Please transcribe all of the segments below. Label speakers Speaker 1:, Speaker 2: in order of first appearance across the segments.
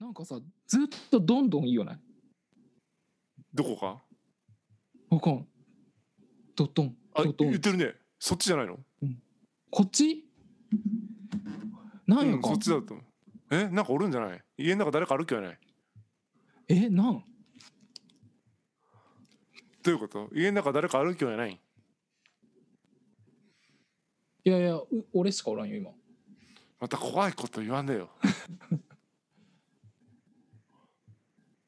Speaker 1: なんかさずっとどんどんいいよね
Speaker 2: どこか
Speaker 1: わかんドドン
Speaker 2: あ
Speaker 1: ドド
Speaker 2: 言っ
Speaker 1: ン
Speaker 2: てるねそっちじゃないの
Speaker 1: こっちなん
Speaker 2: う
Speaker 1: や
Speaker 2: ん
Speaker 1: か、
Speaker 2: そっちだと思うえなんかおるんじゃない家の中誰か歩きはない
Speaker 1: えなん
Speaker 2: どういうこと家の中誰か歩きはない
Speaker 1: いやいやう俺しかおらんよ今
Speaker 2: また怖いこと言わねえよ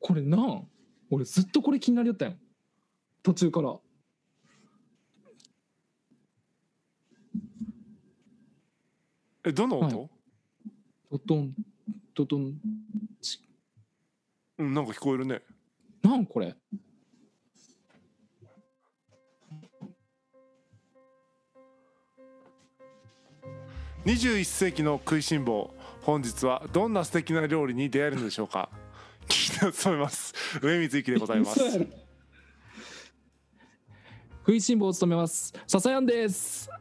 Speaker 1: これなん俺ずっとこれ気になりよったんよ途中から
Speaker 2: えどの音、
Speaker 1: はドドンドドン
Speaker 2: うんなんか聞こえるね
Speaker 1: なんこれ
Speaker 2: 21世紀の食いしん坊本日はどんな素敵な料理に出会えるのでしょうか 聞き手を務めます上水幸でございます
Speaker 1: 嘘やろ食いしん坊を務めます笹やんです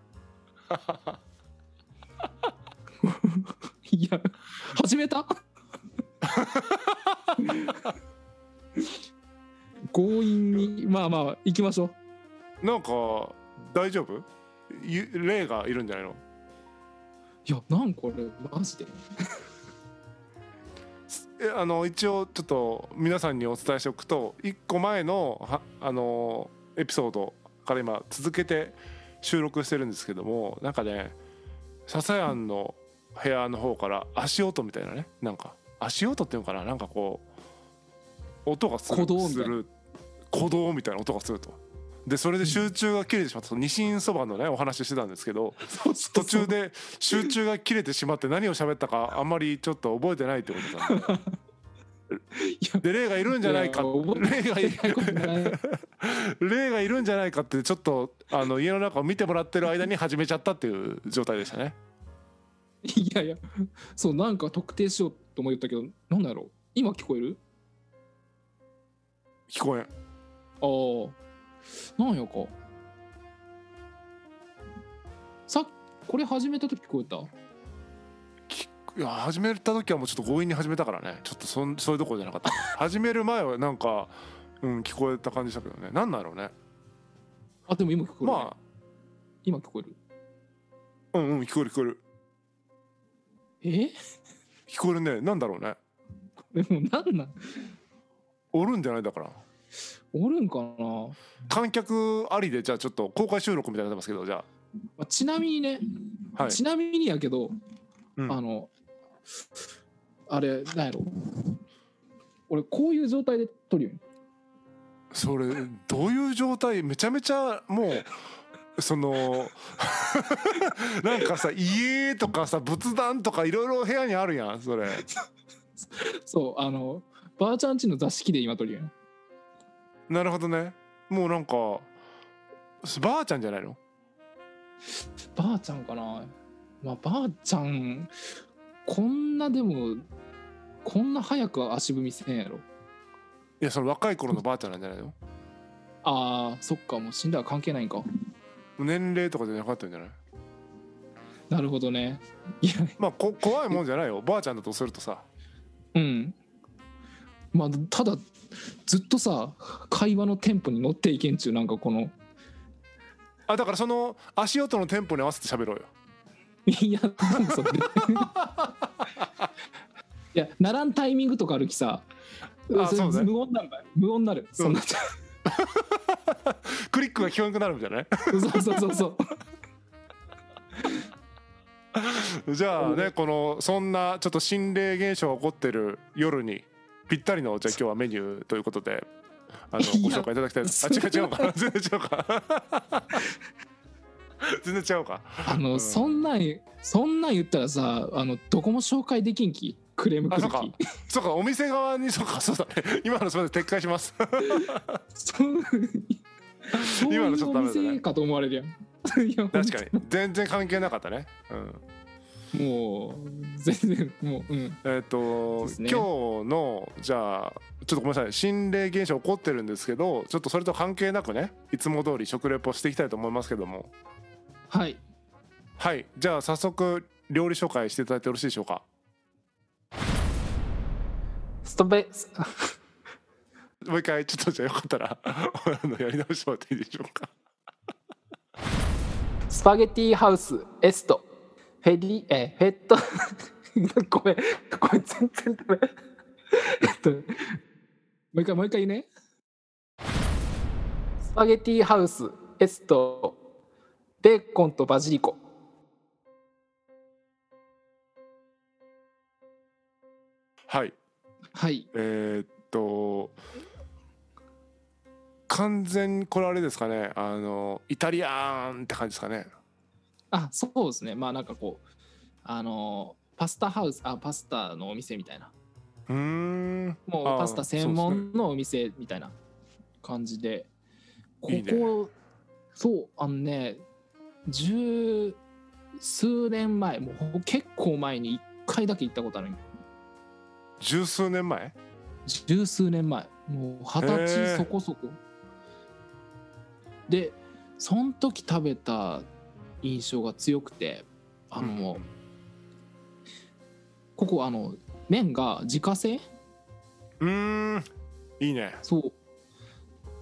Speaker 1: いや始めた強引にまあまあ行きましょう
Speaker 2: なんか大丈夫ゆ霊がいるんじゃないの
Speaker 1: いやなんこれマジで
Speaker 2: えあの一応ちょっと皆さんにお伝えしておくと1個前のはあのエピソードから今続けて収録してるんですけどもなんかね笹谷の部屋の方から足音みたいなねなんか足音っていうのかななんかこう音がする
Speaker 1: 鼓動みたいな
Speaker 2: する鼓動みたいな音がすると。でそれで集中が切れてしまったニシンそばのねお話ししてたんですけど途中で集中が切れてしまって何を喋ったかあんまりちょっと覚えてないってことだねで霊がいるんじゃないか
Speaker 1: いや覚
Speaker 2: 霊がい
Speaker 1: 絶対 ことない
Speaker 2: 霊がいるんじゃないかってちょっとあの家の中を見てもらってる間に始めちゃったっていう状態でしたね
Speaker 1: いやいや、そう、なんか特定しようと思ったけど、なんだろう。今聞こえる
Speaker 2: 聞こえん
Speaker 1: ああ。なんやか。さっこれ始めた時聞こえた
Speaker 2: いや始めた時はもうちょっと強引に始めたからねちょっとそんそういうとこじゃなかった始める前はなんか うん聞こえた感じしたけどね何なんだろうね
Speaker 1: あ、でも今聞こえる、ね。
Speaker 2: ま
Speaker 1: 今聞こえる。
Speaker 2: あうんうん聞こえる聞こえる
Speaker 1: え
Speaker 2: 聞こえるね何だろうね
Speaker 1: でもなんなん
Speaker 2: おるんじゃないだから
Speaker 1: おるんかな、
Speaker 2: 観客ありでじゃあちょっと公開収録みたいになってますけどじゃ
Speaker 1: まあ、ちなみにね、
Speaker 2: あはい
Speaker 1: ちなみにやけど、
Speaker 2: うん
Speaker 1: あの、あれ、なんやろ。俺、こういう状態で撮るよ。
Speaker 2: それどういう状態めちゃめちゃもうその なんかさ家とかさ仏壇とかいろいろ部屋にあるやんそれ
Speaker 1: そう、あの、ばあちゃんちの座敷で今撮るよ。
Speaker 2: なるほどねもうなんかばあちゃんじゃないの
Speaker 1: ばあちゃんかなまあばあちゃんこんなでもこんな早くは足踏みせんやろ
Speaker 2: いやその若い頃のばあちゃんなんじゃないのも
Speaker 1: あーそっかもう死んだら関係ないんか
Speaker 2: う年齢とかじゃなかったんじゃない
Speaker 1: なるほどねいや
Speaker 2: まあこ怖いもんじゃないよばあちゃんだとするとさ
Speaker 1: うんまあただずっとさ会話のテンポに乗っていけんちゅうなんかこの
Speaker 2: あだからその足音のテンポに合わせて喋ろうよ
Speaker 1: いやなん かそれいやならんタイミングとかあるきさ
Speaker 2: あそうね
Speaker 1: 無音なんだよ無音になる、そんなそ
Speaker 2: クリックが聞こえなくなるんじゃないう
Speaker 1: そうそうそう
Speaker 2: じゃあねこのそんなちょっと心霊現象が起こってる夜にぴったりのじゃあ今日はメニューということであの
Speaker 1: い
Speaker 2: ご
Speaker 1: や
Speaker 2: 紹介いただきたいですあ
Speaker 1: それは
Speaker 2: 違う違うか全然違うか全然違うか
Speaker 1: あの、
Speaker 2: うん
Speaker 1: そんなんそんなん言ったらさあのどこも紹介できんきクレーム来
Speaker 2: あ
Speaker 1: る
Speaker 2: そうか
Speaker 1: き
Speaker 2: そうかお店側にそうかそうだね今のすみません撤回します
Speaker 1: そう そうい
Speaker 2: 今のち
Speaker 1: う
Speaker 2: ょっ
Speaker 1: お
Speaker 2: とダメだね
Speaker 1: 店かと思われるや んいや
Speaker 2: 確かに全然関係なかったねうん
Speaker 1: にもう全然もううん
Speaker 2: えっ、
Speaker 1: そうで
Speaker 2: と、
Speaker 1: すね
Speaker 2: 今日のじゃあちょっとごめんなさい心霊現象起こってるんですけどちょっとそれと関係なくねいつも通り食レポしていきたいと思いますけども
Speaker 1: はい
Speaker 2: はいじゃあ早速料理紹介していただいてよろしいでしょうか
Speaker 1: ストベス
Speaker 2: もう一回ちょっとじゃあよかったら あのやり直してもらっていいでしょうか
Speaker 1: スパゲティハウスエストフェリえーフェット ごめんごめん全然ダメえっともう一回もう一回ねスパゲティハウスエストベーコンとバジリコ
Speaker 2: はい
Speaker 1: はい
Speaker 2: えーっと完全にこれあれですかねあのイタリアンって感じですかね
Speaker 1: あそうですねまあなんかこうあのーパスタハウスあパスタのお店みたいな
Speaker 2: うーん
Speaker 1: も
Speaker 2: あ
Speaker 1: う
Speaker 2: ー
Speaker 1: パスタ専
Speaker 2: そうですね
Speaker 1: 門のお店みたいな感じで、ここ
Speaker 2: いいね
Speaker 1: そうあのね十数年前もう結構前に一回だけ行ったことあるんよ
Speaker 2: 十数年前
Speaker 1: 十数年前もう二十
Speaker 2: へー
Speaker 1: 歳そこそこでその時食べた印象が強くてあの、ここあの麺が自家製
Speaker 2: うーんいいね
Speaker 1: そう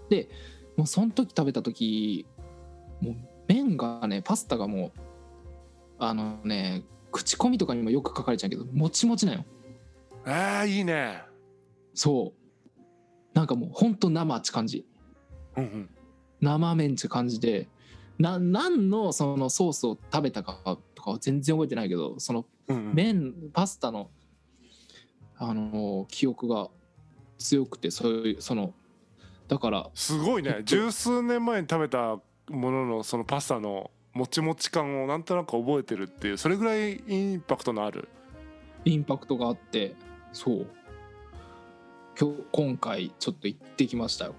Speaker 1: でもうその時食べた時もう麺がねパスタがもうあのね口コミとかにもよく書かれちゃうけどもちもちなんよ
Speaker 2: あーいいね
Speaker 1: そうなんかもうほんと生って感じ
Speaker 2: うんうん
Speaker 1: 生麺って感じでな何のそのソースを食べたかとかは全然覚えてないけどその
Speaker 2: うんうん
Speaker 1: 麺パスタのあの記憶が強くてそういうそのだから
Speaker 2: すごいね十数年前に食べたもののそのパスタのもちもち感をなんとなく覚えてるっていうそれぐらいインパクトのある
Speaker 1: インパクトがあってそう今日今回ちょっと行ってきましたよ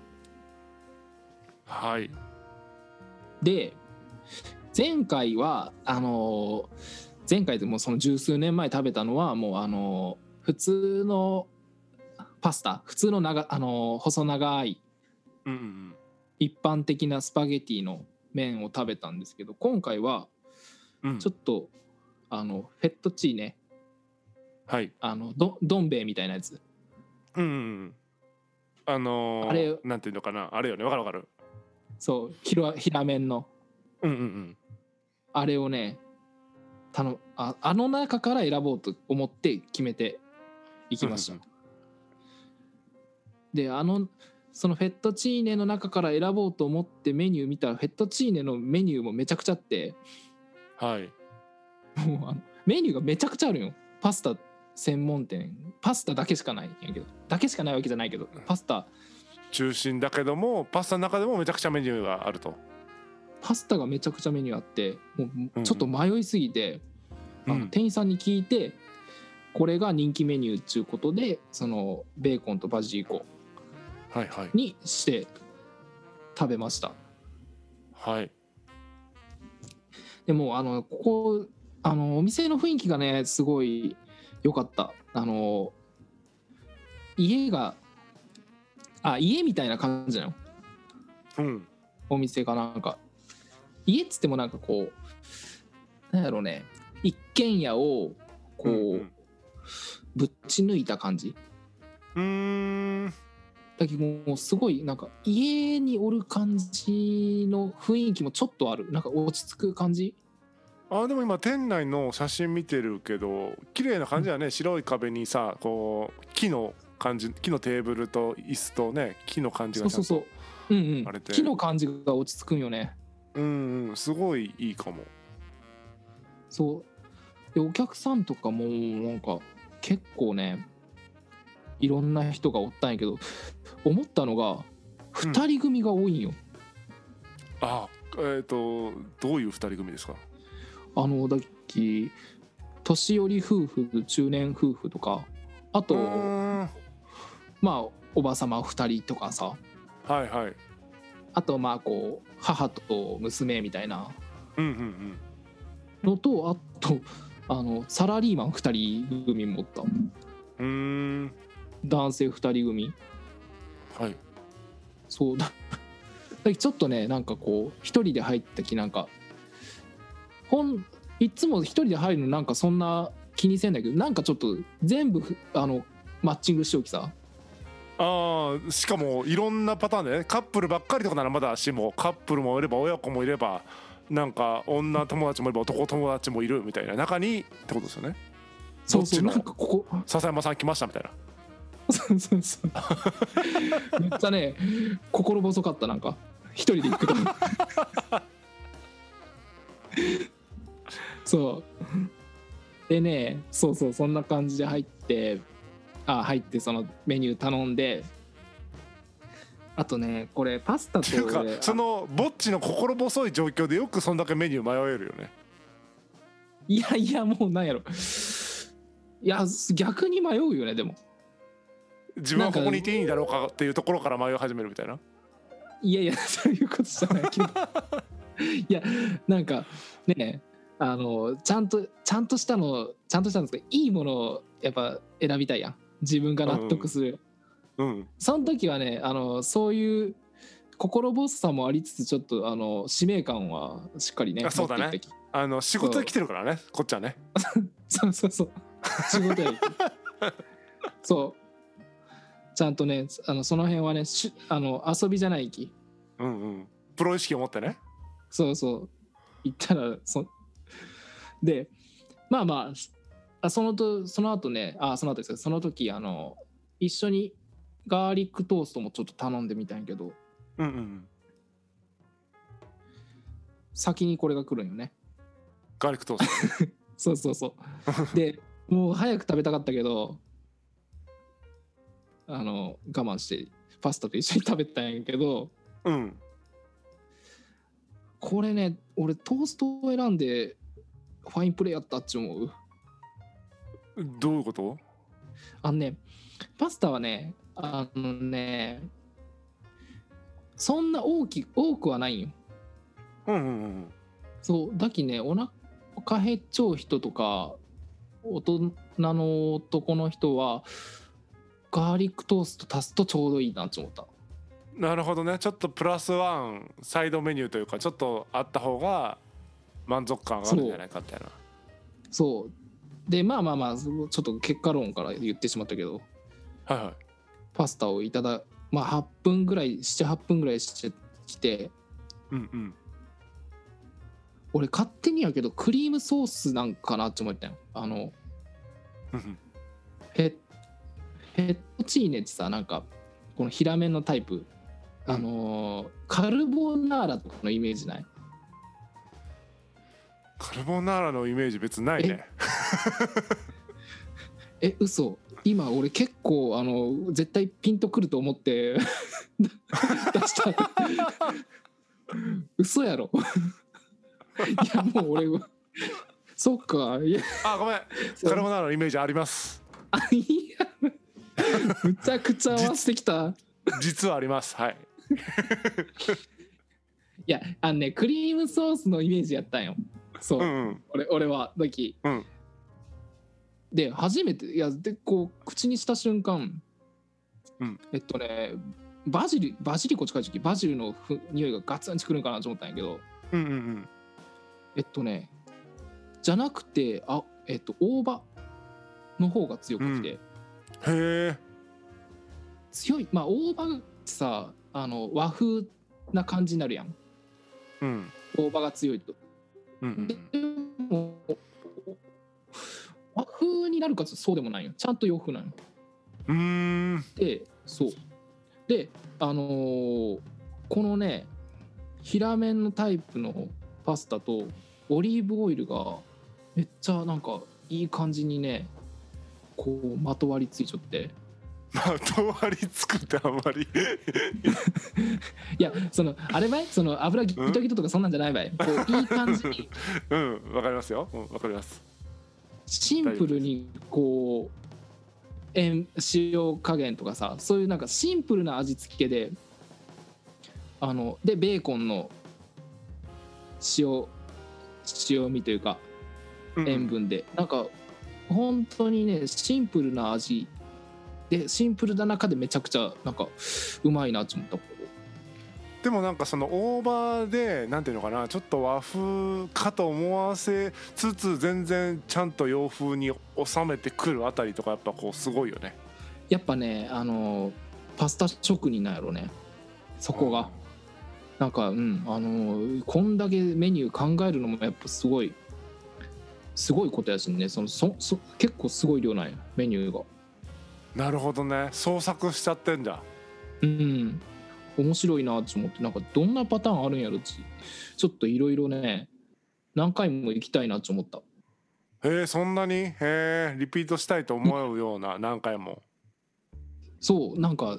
Speaker 2: はい
Speaker 1: で前回はあのー前回でもその十数年前食べたのはもうあのー普通のパスタ普通の長あのー細長い
Speaker 2: うんうん
Speaker 1: 一般的なスパゲティの麺を食べたんですけど今回は
Speaker 2: うんうん
Speaker 1: ちょっと、あのフェットチーネ
Speaker 2: はい
Speaker 1: あのどどん兵衛みたいなやつ
Speaker 2: うんうんうんあのー、
Speaker 1: あれ
Speaker 2: なんていうのかなあれよねわかるわかる
Speaker 1: そうひら平麺の
Speaker 2: うんうんうん
Speaker 1: あれをね頼むああの中から選ぼうと思って決めていきました、
Speaker 2: うんうん
Speaker 1: であのそのフェットチーネの中から選ぼうと思ってメニュー見たらフェットチーネのメニューもめちゃくちゃあって
Speaker 2: はい
Speaker 1: もうあのメニューがめちゃくちゃあるよパスタ専門店パスタだけしかないんやけどだけしかないわけじゃないけどパスタ
Speaker 2: 中心だけどもパスタの中でもめちゃくちゃメニューがあると、
Speaker 1: パスタがめちゃくちゃメニューあっても
Speaker 2: う
Speaker 1: うんちょっと迷いすぎて、あ
Speaker 2: う
Speaker 1: の
Speaker 2: ん、
Speaker 1: 店員さんに聞いてこれが人気メニューっちゅうことでそのベーコンとバジリコ
Speaker 2: はいはい
Speaker 1: にして食べました
Speaker 2: はい
Speaker 1: でもあのここあのお店の雰囲気がねすごい良かったあの家があ家みたいな感じなの
Speaker 2: うん
Speaker 1: お店がなんか家っつってもなんかこうなんやろうね一軒家をこう、
Speaker 2: うん
Speaker 1: ぶっち抜いた感じ
Speaker 2: うんうーん
Speaker 1: だけどもうすごいなんか家におる感じの雰囲気もちょっとあるなんか落ち着く感じ
Speaker 2: あでも今店内の写真見てるけど綺麗な感じだね、白い壁にさこう木の感じ木のテーブルと椅子とね木の感じ
Speaker 1: そ
Speaker 2: が
Speaker 1: う
Speaker 2: ちゃん
Speaker 1: そう
Speaker 2: と
Speaker 1: そううんう
Speaker 2: あれ
Speaker 1: ん
Speaker 2: で
Speaker 1: 木の感じが落ち着くんよね
Speaker 2: うんうんすごいいいかも
Speaker 1: そうでお客さんとかもなんか結構ねいろんな人がおったんやけど思ったのが
Speaker 2: うん
Speaker 1: 2人組が多いんよ、
Speaker 2: あえっ、とどういう二人組ですか
Speaker 1: あのだっき年寄り夫婦中年夫婦とかあと
Speaker 2: うーん
Speaker 1: まあおばさま2人とかさ
Speaker 2: はいはい
Speaker 1: あとまあこう母と娘みたいな
Speaker 2: うんうんうん
Speaker 1: のとあとあのサラリーマン2人組もおった
Speaker 2: うーん
Speaker 1: 男性2人組
Speaker 2: はい
Speaker 1: そうだ だちょっとねなんかこう一人で入ったきなんかほんいつも一人で入るのなんかそんな気にせんだけどなんかちょっと全部ふあのマッチングしておきさ
Speaker 2: ああしかもいろんなパターンでねカップルばっかりとかならまだしもカップルもいれば親子もいればなんか女友達もいれば男友達もいるみたいな中にってことですよね
Speaker 1: そうそう
Speaker 2: どっ
Speaker 1: な
Speaker 2: ち
Speaker 1: ん
Speaker 2: の
Speaker 1: かここ
Speaker 2: 笹山さん来ましたみたいな
Speaker 1: そうそう そう。めっちゃね、心細かった、なんか。一人で行く と。そう。でね、そうそう、そんな感じで入って、あ、入って、そのメニュー頼んで、あとね、これ、パスタと
Speaker 2: っていうか
Speaker 1: 俺
Speaker 2: そのぼっちの心細い状況でよくそんだけメニュー迷えるよね
Speaker 1: いやいや、もうなんやろ。いや、逆に迷うよね、でも。
Speaker 2: 自分は
Speaker 1: なんか
Speaker 2: ここにいていいんだろうかっていうところから迷い始めるみたいない
Speaker 1: やいや そういうことじゃないけどいやなんかねあのちゃんとちゃんとしたのちゃんとしたんですけどいいものをやっぱ選びたいやん自分が納得する、
Speaker 2: うん
Speaker 1: その時はねあのそういう心細さもありつつちょっとあの使命感はしっかりね
Speaker 2: あそうだね
Speaker 1: 持っていってき
Speaker 2: あの仕事で来てるからねこっちはね
Speaker 1: そうそうそう仕事や りそうちゃんとねあのその辺はねしあの遊びじゃないき
Speaker 2: うんうんプロ意識を持ってね
Speaker 1: そうそう。行ったら、そ、で、まあまあ、あそのと、その後ね、あ、その後ですよその時、あの、一緒にガーリックトーストもちょっと頼んでみたんやけど、
Speaker 2: うんうん
Speaker 1: 先にこれが来るんよね。
Speaker 2: ガーリックトース
Speaker 1: そうそうそう。で、もう早く食べたかったけど、あの、我慢して、パスタと一緒に食べてたんやけど、
Speaker 2: トうん
Speaker 1: これね、俺トーストを選んで、ファインプレーやったっち思う。
Speaker 2: どういうこと
Speaker 1: あのね、パスタはね、あのね、そんな大き多くはないんよ。
Speaker 2: うんうんうん
Speaker 1: そう、だきね、お腹減っちゃう人とか、大人の男の人は、ガーリックトースト足すとちょうどいいなって思った。
Speaker 2: なるほどねちょっとプラスワンサイドメニューというかちょっとあった方が満足感があるんじゃないかみたいな
Speaker 1: そう。で、まあまあまあ、そのちょっと結果論から言ってしまったけど、
Speaker 2: はいはい
Speaker 1: パスタをいただ、まあ8分ぐらい、7、8分ぐらいしてきて、
Speaker 2: うんうん
Speaker 1: 俺勝手にやけど、クリームソースなんかなって思ったよ。あの、
Speaker 2: うんうん
Speaker 1: ペペットチーネってさなんかこの平麺のタイプあのーカルボナーラとかのイメージない
Speaker 2: カルボナーラのイメージ別にないね
Speaker 1: え嘘今俺結構あの絶対ピンとくると思って 出した嘘やろ いやもう俺はそっかいや
Speaker 2: あごめんカルボナーラのイメージあります
Speaker 1: あいや むちゃくちゃ合わせてきた
Speaker 2: 実はありますはい
Speaker 1: いやあのねクリームソースのイメージやったんよそう、
Speaker 2: うんうん
Speaker 1: 俺俺はだき、
Speaker 2: うん
Speaker 1: で初めていやでこう口にした瞬間、
Speaker 2: うん
Speaker 1: えっとねバジルバジリコ近い時バジルのふ匂いがガツンちくるんかなと思ったんやけど
Speaker 2: うんうんうん
Speaker 1: えっとねじゃなくてあえっと大葉の方が強くきて、
Speaker 2: うへえ
Speaker 1: 強いまあ大葉ってさあの和風な感じになるやん
Speaker 2: うん
Speaker 1: 大葉が強いと
Speaker 2: うんうん
Speaker 1: でも和風になるかつそうでもないよちゃんと洋風なの
Speaker 2: うんうーん
Speaker 1: でそうであのーこのね平麺のタイプのパスタとオリーブオイルがめっちゃなんかいい感じにねこうまとわりついちゃって
Speaker 2: まとわりつくってあんまり
Speaker 1: いやそのあればいその油ギトギトとかそんなんじゃないばいこういい感じに
Speaker 2: うんわかりますようんわかります
Speaker 1: シンプルにこう塩塩加減とかさそういうなんかシンプルな味付けであのでベーコンの塩塩味というか
Speaker 2: うん
Speaker 1: 塩分で、なんか本当にねシンプルな味でシンプルな中でめちゃくちゃなんかうまいなと思った
Speaker 2: でもなんかその大葉でなんていうのかなちょっと和風かと思わせつつ全然ちゃんと洋風に収めてくるあたりとかやっぱこうすごいよね
Speaker 1: やっぱねあのパスタ職人なんやろねそこが、なんかうんあのこんだけメニュー考えるのもやっぱすごいすごいことやしねそのそそ結構すごい量なんやメニューが
Speaker 2: なるほどね創作しちゃってんだ
Speaker 1: うん面白いなと思ってなんかどんなパターンあるんやろちちょっといろいろね何回も行きたいなと思った
Speaker 2: へえそんなにへえリピートしたいと思うような何回も
Speaker 1: そうなんか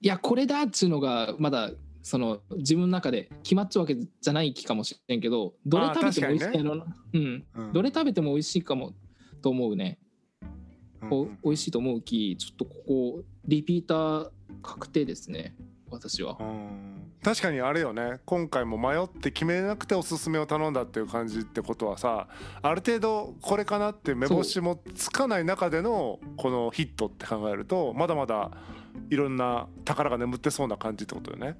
Speaker 1: いやこれだっちゅうのがまだその自分の中で決まっちゃうわけじゃない気かもしれんけどどれ
Speaker 2: あー
Speaker 1: 食べても美味しい
Speaker 2: 確か
Speaker 1: や
Speaker 2: に
Speaker 1: ろな、うん
Speaker 2: うん
Speaker 1: どれ食べても美味しいかもと思うね、
Speaker 2: う
Speaker 1: お
Speaker 2: ん
Speaker 1: 美味しいと思うきちょっとここリピーター確定ですね私は
Speaker 2: うん確かにあれよね今回も迷って決めなくておすすめを頼んだっていう感じってことはさある程度これかなって目星もつかない中でのこのヒットって考えるとまだまだいろんな宝が眠ってそうな感じってことよね。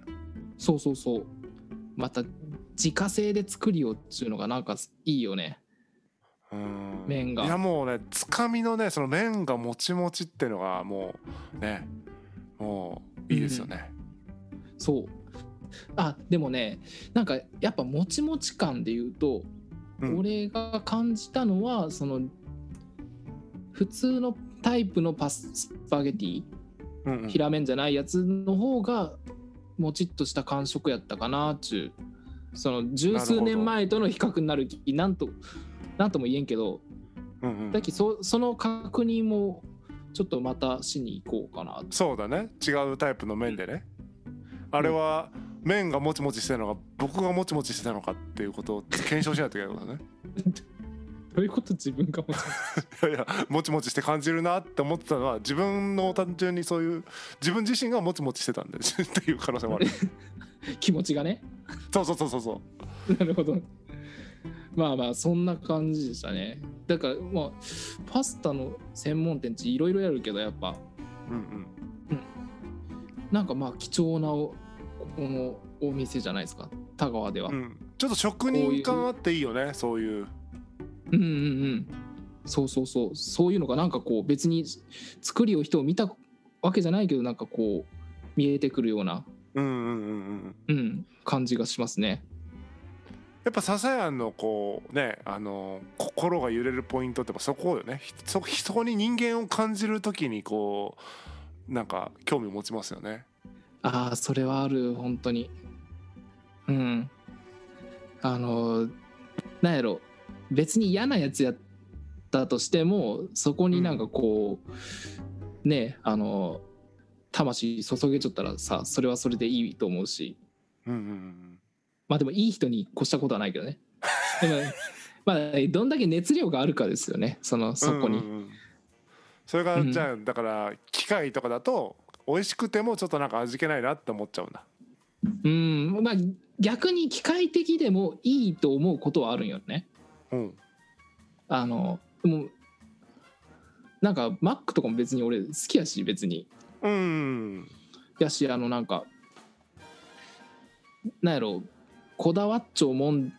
Speaker 1: そうそうそうまた自家製で作りようっちゅうのがなんかいいよね
Speaker 2: うん
Speaker 1: 麺が
Speaker 2: いやもうねつかみのねその麺がもちもちってのがもうねもういいですよね。
Speaker 1: そうあでもねなんかやっぱもちもち感で言うと、
Speaker 2: うん
Speaker 1: 俺が感じたのはその普通のタイプのパススパゲティ
Speaker 2: うんうん
Speaker 1: 平麺じゃないやつの方がもちっとした感触やったかなっちゅうその十数年前との比較になるきなんとなんとも言えんけど
Speaker 2: うんうん
Speaker 1: だきそその確認もちょっとまたしに行こうかな
Speaker 2: そうだね違うタイプの麺でね、あれは麺がもちもちしてたのが僕がもちもちしてたのかっていうことを検証しないといけないことね
Speaker 1: どういう こと自分がもち
Speaker 2: いやいやもちもちして感じるなって思ってたのは自分の単純にそういう自分自身がもちもちしてたんです っていう可能性もある
Speaker 1: 気持ちがね
Speaker 2: そうそうそうそうそう
Speaker 1: なるほど。まあまあそんな感じでしたね。だからまあパスタの専門店っていろいろやるけどやっぱ
Speaker 2: うんうん
Speaker 1: なんかまあ貴重なおこのお店じゃないですか田川では。う、
Speaker 2: うんん、ちょっと職人感あっていいよねそういう
Speaker 1: うんうんうんそうそうそうそういうのがなんかこう別に作りを人を見たわけじゃないけどなんかこう見えてくるような、
Speaker 2: うんうんうんうん
Speaker 1: うん、感じがしますね。
Speaker 2: やっぱ笹谷のこうねあの心が揺れるポイントってやっぱそこよねひそそこに人間を感じるときにこうなんか興味を持ちますよね
Speaker 1: ああそれはある本当にうんあのなんやろ別に嫌なやつやったとしてもそこになんかこう、ねあの魂注げちゃったらさそれはそれでいいと思うし
Speaker 2: うんうんうん
Speaker 1: まあでもいい人に越したことはないけどねでもまあどんだけ熱量があるかですよねそのそこに、
Speaker 2: うんうんうんそれが、
Speaker 1: うん
Speaker 2: じゃあだから機械とかだと美味しくてもちょっとなんか味気ないなって思っちゃうんだ
Speaker 1: うんまあ逆に機械的でもいいと思うことはあるんよね
Speaker 2: うん
Speaker 1: あのもうなんかマックとかも別に俺好きやし別に
Speaker 2: うんうん
Speaker 1: やしあのなんかなんやろこだわっちょうもん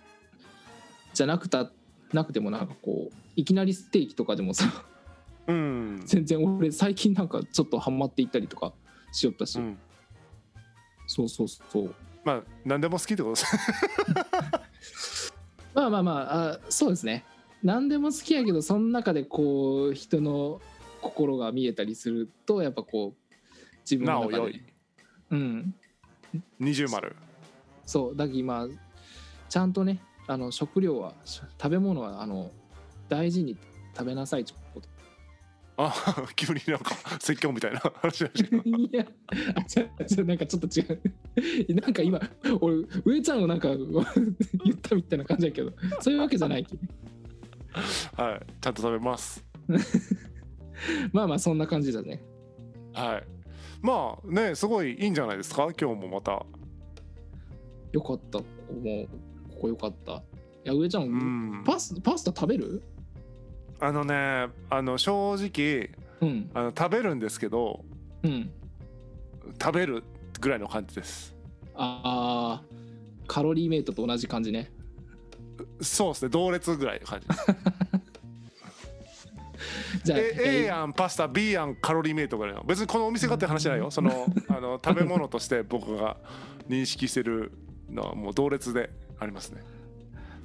Speaker 1: じゃなくたなくてもなんかこういきなりステーキとかでもさ
Speaker 2: うんうん
Speaker 1: 全然俺最近なんかちょっとハマっていったりとかしよったし、
Speaker 2: うん
Speaker 1: そうそうそう
Speaker 2: まあ何でも好きってことです
Speaker 1: まあまあまああそうですね何でも好きやけどその中でこう人の心が見えたりするとやっぱこう自分
Speaker 2: な
Speaker 1: の
Speaker 2: お
Speaker 1: 中
Speaker 2: 良
Speaker 1: で
Speaker 2: い
Speaker 1: うん、
Speaker 2: 二重丸
Speaker 1: そうだけど今ちゃんとねあの食料はし食べ物はあの大事に食べなさいってこと
Speaker 2: あ 急になんか説教みたいな話だし
Speaker 1: いやあちょちょなんかちょっと違う なんか今俺上ちゃんをなんか 言ったみたいな感じやけどそういうわけじゃないき
Speaker 2: はいちゃんと食べます
Speaker 1: まあまあそんな感じだね
Speaker 2: はい。まあね、すごいいいんじゃないですか。今日もまた。
Speaker 1: よかったここもここよかったいや上ちゃん、
Speaker 2: うん。
Speaker 1: パスパスタ食べる
Speaker 2: あのね、あの正直
Speaker 1: うん
Speaker 2: あの食べるんですけど、
Speaker 1: うん
Speaker 2: 食べるぐらいの感じです。
Speaker 1: あーカロリーメイトと同じ感じね
Speaker 2: そうですね。同列ぐらいの感じです。
Speaker 1: じゃあ、
Speaker 2: A, A
Speaker 1: えー
Speaker 2: 案パスタ B 案カロリーメイトぐらいの別にこのお店かって話じゃないよそのあの食べ物として僕が認識してるのはもう同列でありますね、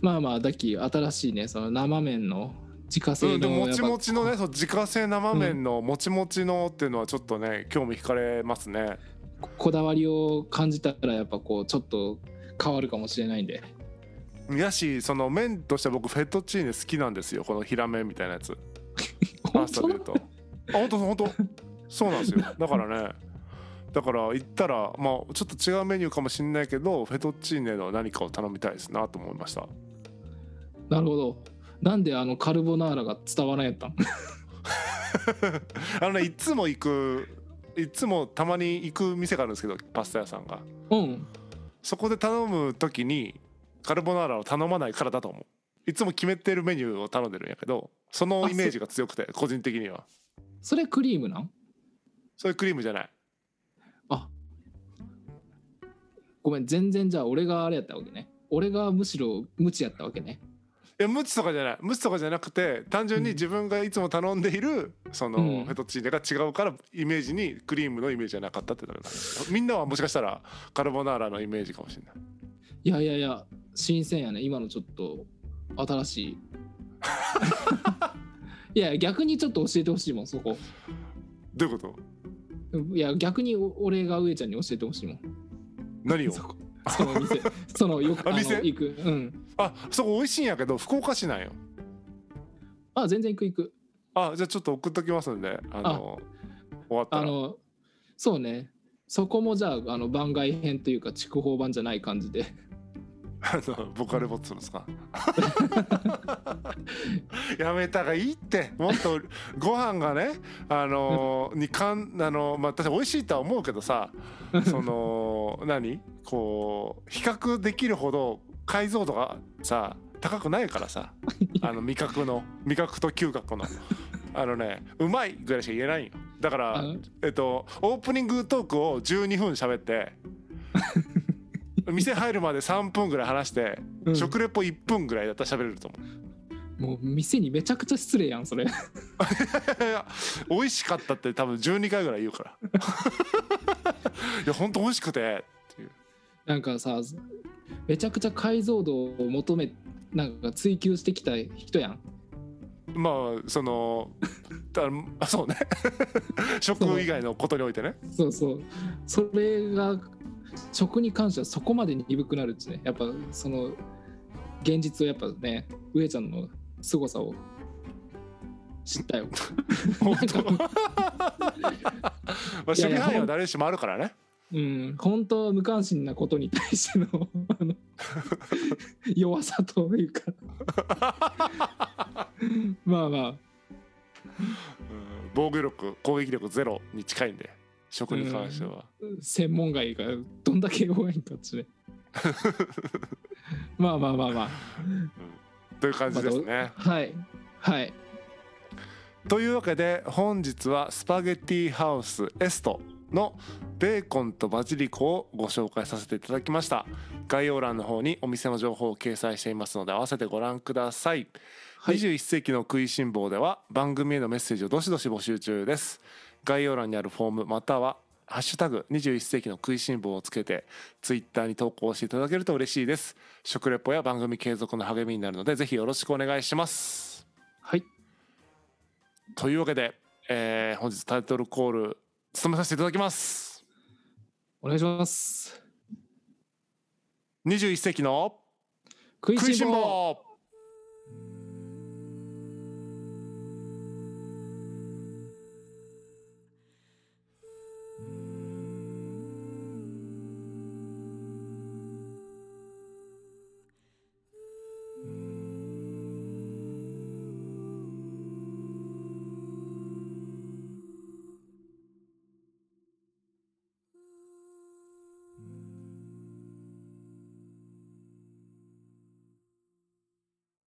Speaker 1: まあまあだっき新しいねその生麺の自家
Speaker 2: う
Speaker 1: 製
Speaker 2: ん、で
Speaker 1: の
Speaker 2: もも
Speaker 1: やっ
Speaker 2: ち
Speaker 1: ぱ
Speaker 2: もちのねそう自家製生麺のもちもちのっていうのはちょっとね興味惹かれますね
Speaker 1: ここだわりを感じたらやっぱこうちょっと変わるかもしれないんで
Speaker 2: やしその麺として僕フェットチーネ好きなんですよこの平麺みたいなやつパスタで言うと。あ本当本当そうなんですよだからねだから行ったらまあちょっと違うメニューかもしれないけどフェトチーネの何かを頼みたいですなと思いました
Speaker 1: なるほどなんであのカルボナーラが伝わらんやった ん
Speaker 2: あのねいつも行くいつもたまに行く店があるんですけどパスタ屋さんが
Speaker 1: うん
Speaker 2: そこで頼む時にカルボナーラを頼まないからだと思ういつも決めてるメニューを頼んでるんやけどそのイメージが強くて個人的には
Speaker 1: それクリームなん
Speaker 2: そういうクリームじゃない
Speaker 1: あごめん全然じゃあ俺があれやったわけね俺がむしろ無知やったわけね
Speaker 2: いや無知とかじゃない無知とかじゃなくて単純に
Speaker 1: うん
Speaker 2: 自分がいつも頼んでいるその
Speaker 1: うん
Speaker 2: フェトチーネが違うからイメージにクリームのイメージじゃなかったってだけだみんなはもしかしたらカルボナーラのイメージかもしれない
Speaker 1: いやいやいや新鮮やね今のちょっと新し いいや逆にちょっと教えてほしいもんそこ
Speaker 2: どういうこと
Speaker 1: いや逆にお俺が上ちゃんに教えてほしいもん
Speaker 2: 何を
Speaker 1: そこその 店そのよく
Speaker 2: あ
Speaker 1: あの
Speaker 2: 店
Speaker 1: 行くうん
Speaker 2: あそこ美味しいんやけど福岡市なんよ
Speaker 1: あ全然行く行く
Speaker 2: あじゃあちょっと送っときますんであの終わった
Speaker 1: あ
Speaker 2: ら
Speaker 1: のそうねそこもじゃああの番外編というか筑豊版じゃない感じで
Speaker 2: あのボカルボッツのですかやめたがいいってもっとご飯がねあのにかんあのまあ確かに美味しいとは思うけどさその何こう比較できるほど解像度がさ高くないからさあの味覚の味覚と嗅覚のあのねうまいぐらいしか言えないんよだから
Speaker 1: あの
Speaker 2: えっとオープニングトークを12分喋って店入るまで3分ぐらい話して、
Speaker 1: うん
Speaker 2: 食レポ1分ぐらいだったら喋れると思う
Speaker 1: もう 店にめちゃくちゃ失礼やんそれ
Speaker 2: 美味しかったって多分12回ぐらい言うから いや本当美味しくて
Speaker 1: なんかさめちゃくちゃ解像度を求めなんか追求してきた人やん
Speaker 2: まあそのだあそうね食以外のことにおいてね
Speaker 1: そうそうそれが食に関してはそこまで鈍くなるっちねやっぱその現実をやっぱね上ちゃんの凄さを知ったよ
Speaker 2: 本当
Speaker 1: なん
Speaker 2: まあ守備範囲は誰しもあるからね
Speaker 1: うん本当は無関心なことに対してのあの弱さというかまあまあ
Speaker 2: うん防御力攻撃力ゼロに近いんで食に関しては、
Speaker 1: 専門外がどんだけ弱いんかっちねまあまあまあま
Speaker 2: という感じですね。
Speaker 1: あはいはい
Speaker 2: というわけで本日はスパゲティハウスエストのベーコンとバジリコをご紹介させていただきました概要欄の方にお店の情報を掲載していますので合わせてご覧ください、
Speaker 1: はい
Speaker 2: 21世紀の食いしん坊では番組へのメッセージをどしどし募集中です概要欄にあるフォームまたはハッシュタグ21世紀の食いしん坊をつけてツイッターに投稿していただけると嬉しいです食レポや番組継続の励みになるのでぜひよろしくお願いします
Speaker 1: はい
Speaker 2: というわけで、えー本日タイトルコール務めさせていただきます
Speaker 1: お願いします
Speaker 2: 21世紀の
Speaker 1: 食い
Speaker 2: 食い
Speaker 1: し
Speaker 2: しん
Speaker 1: ん坊
Speaker 2: 坊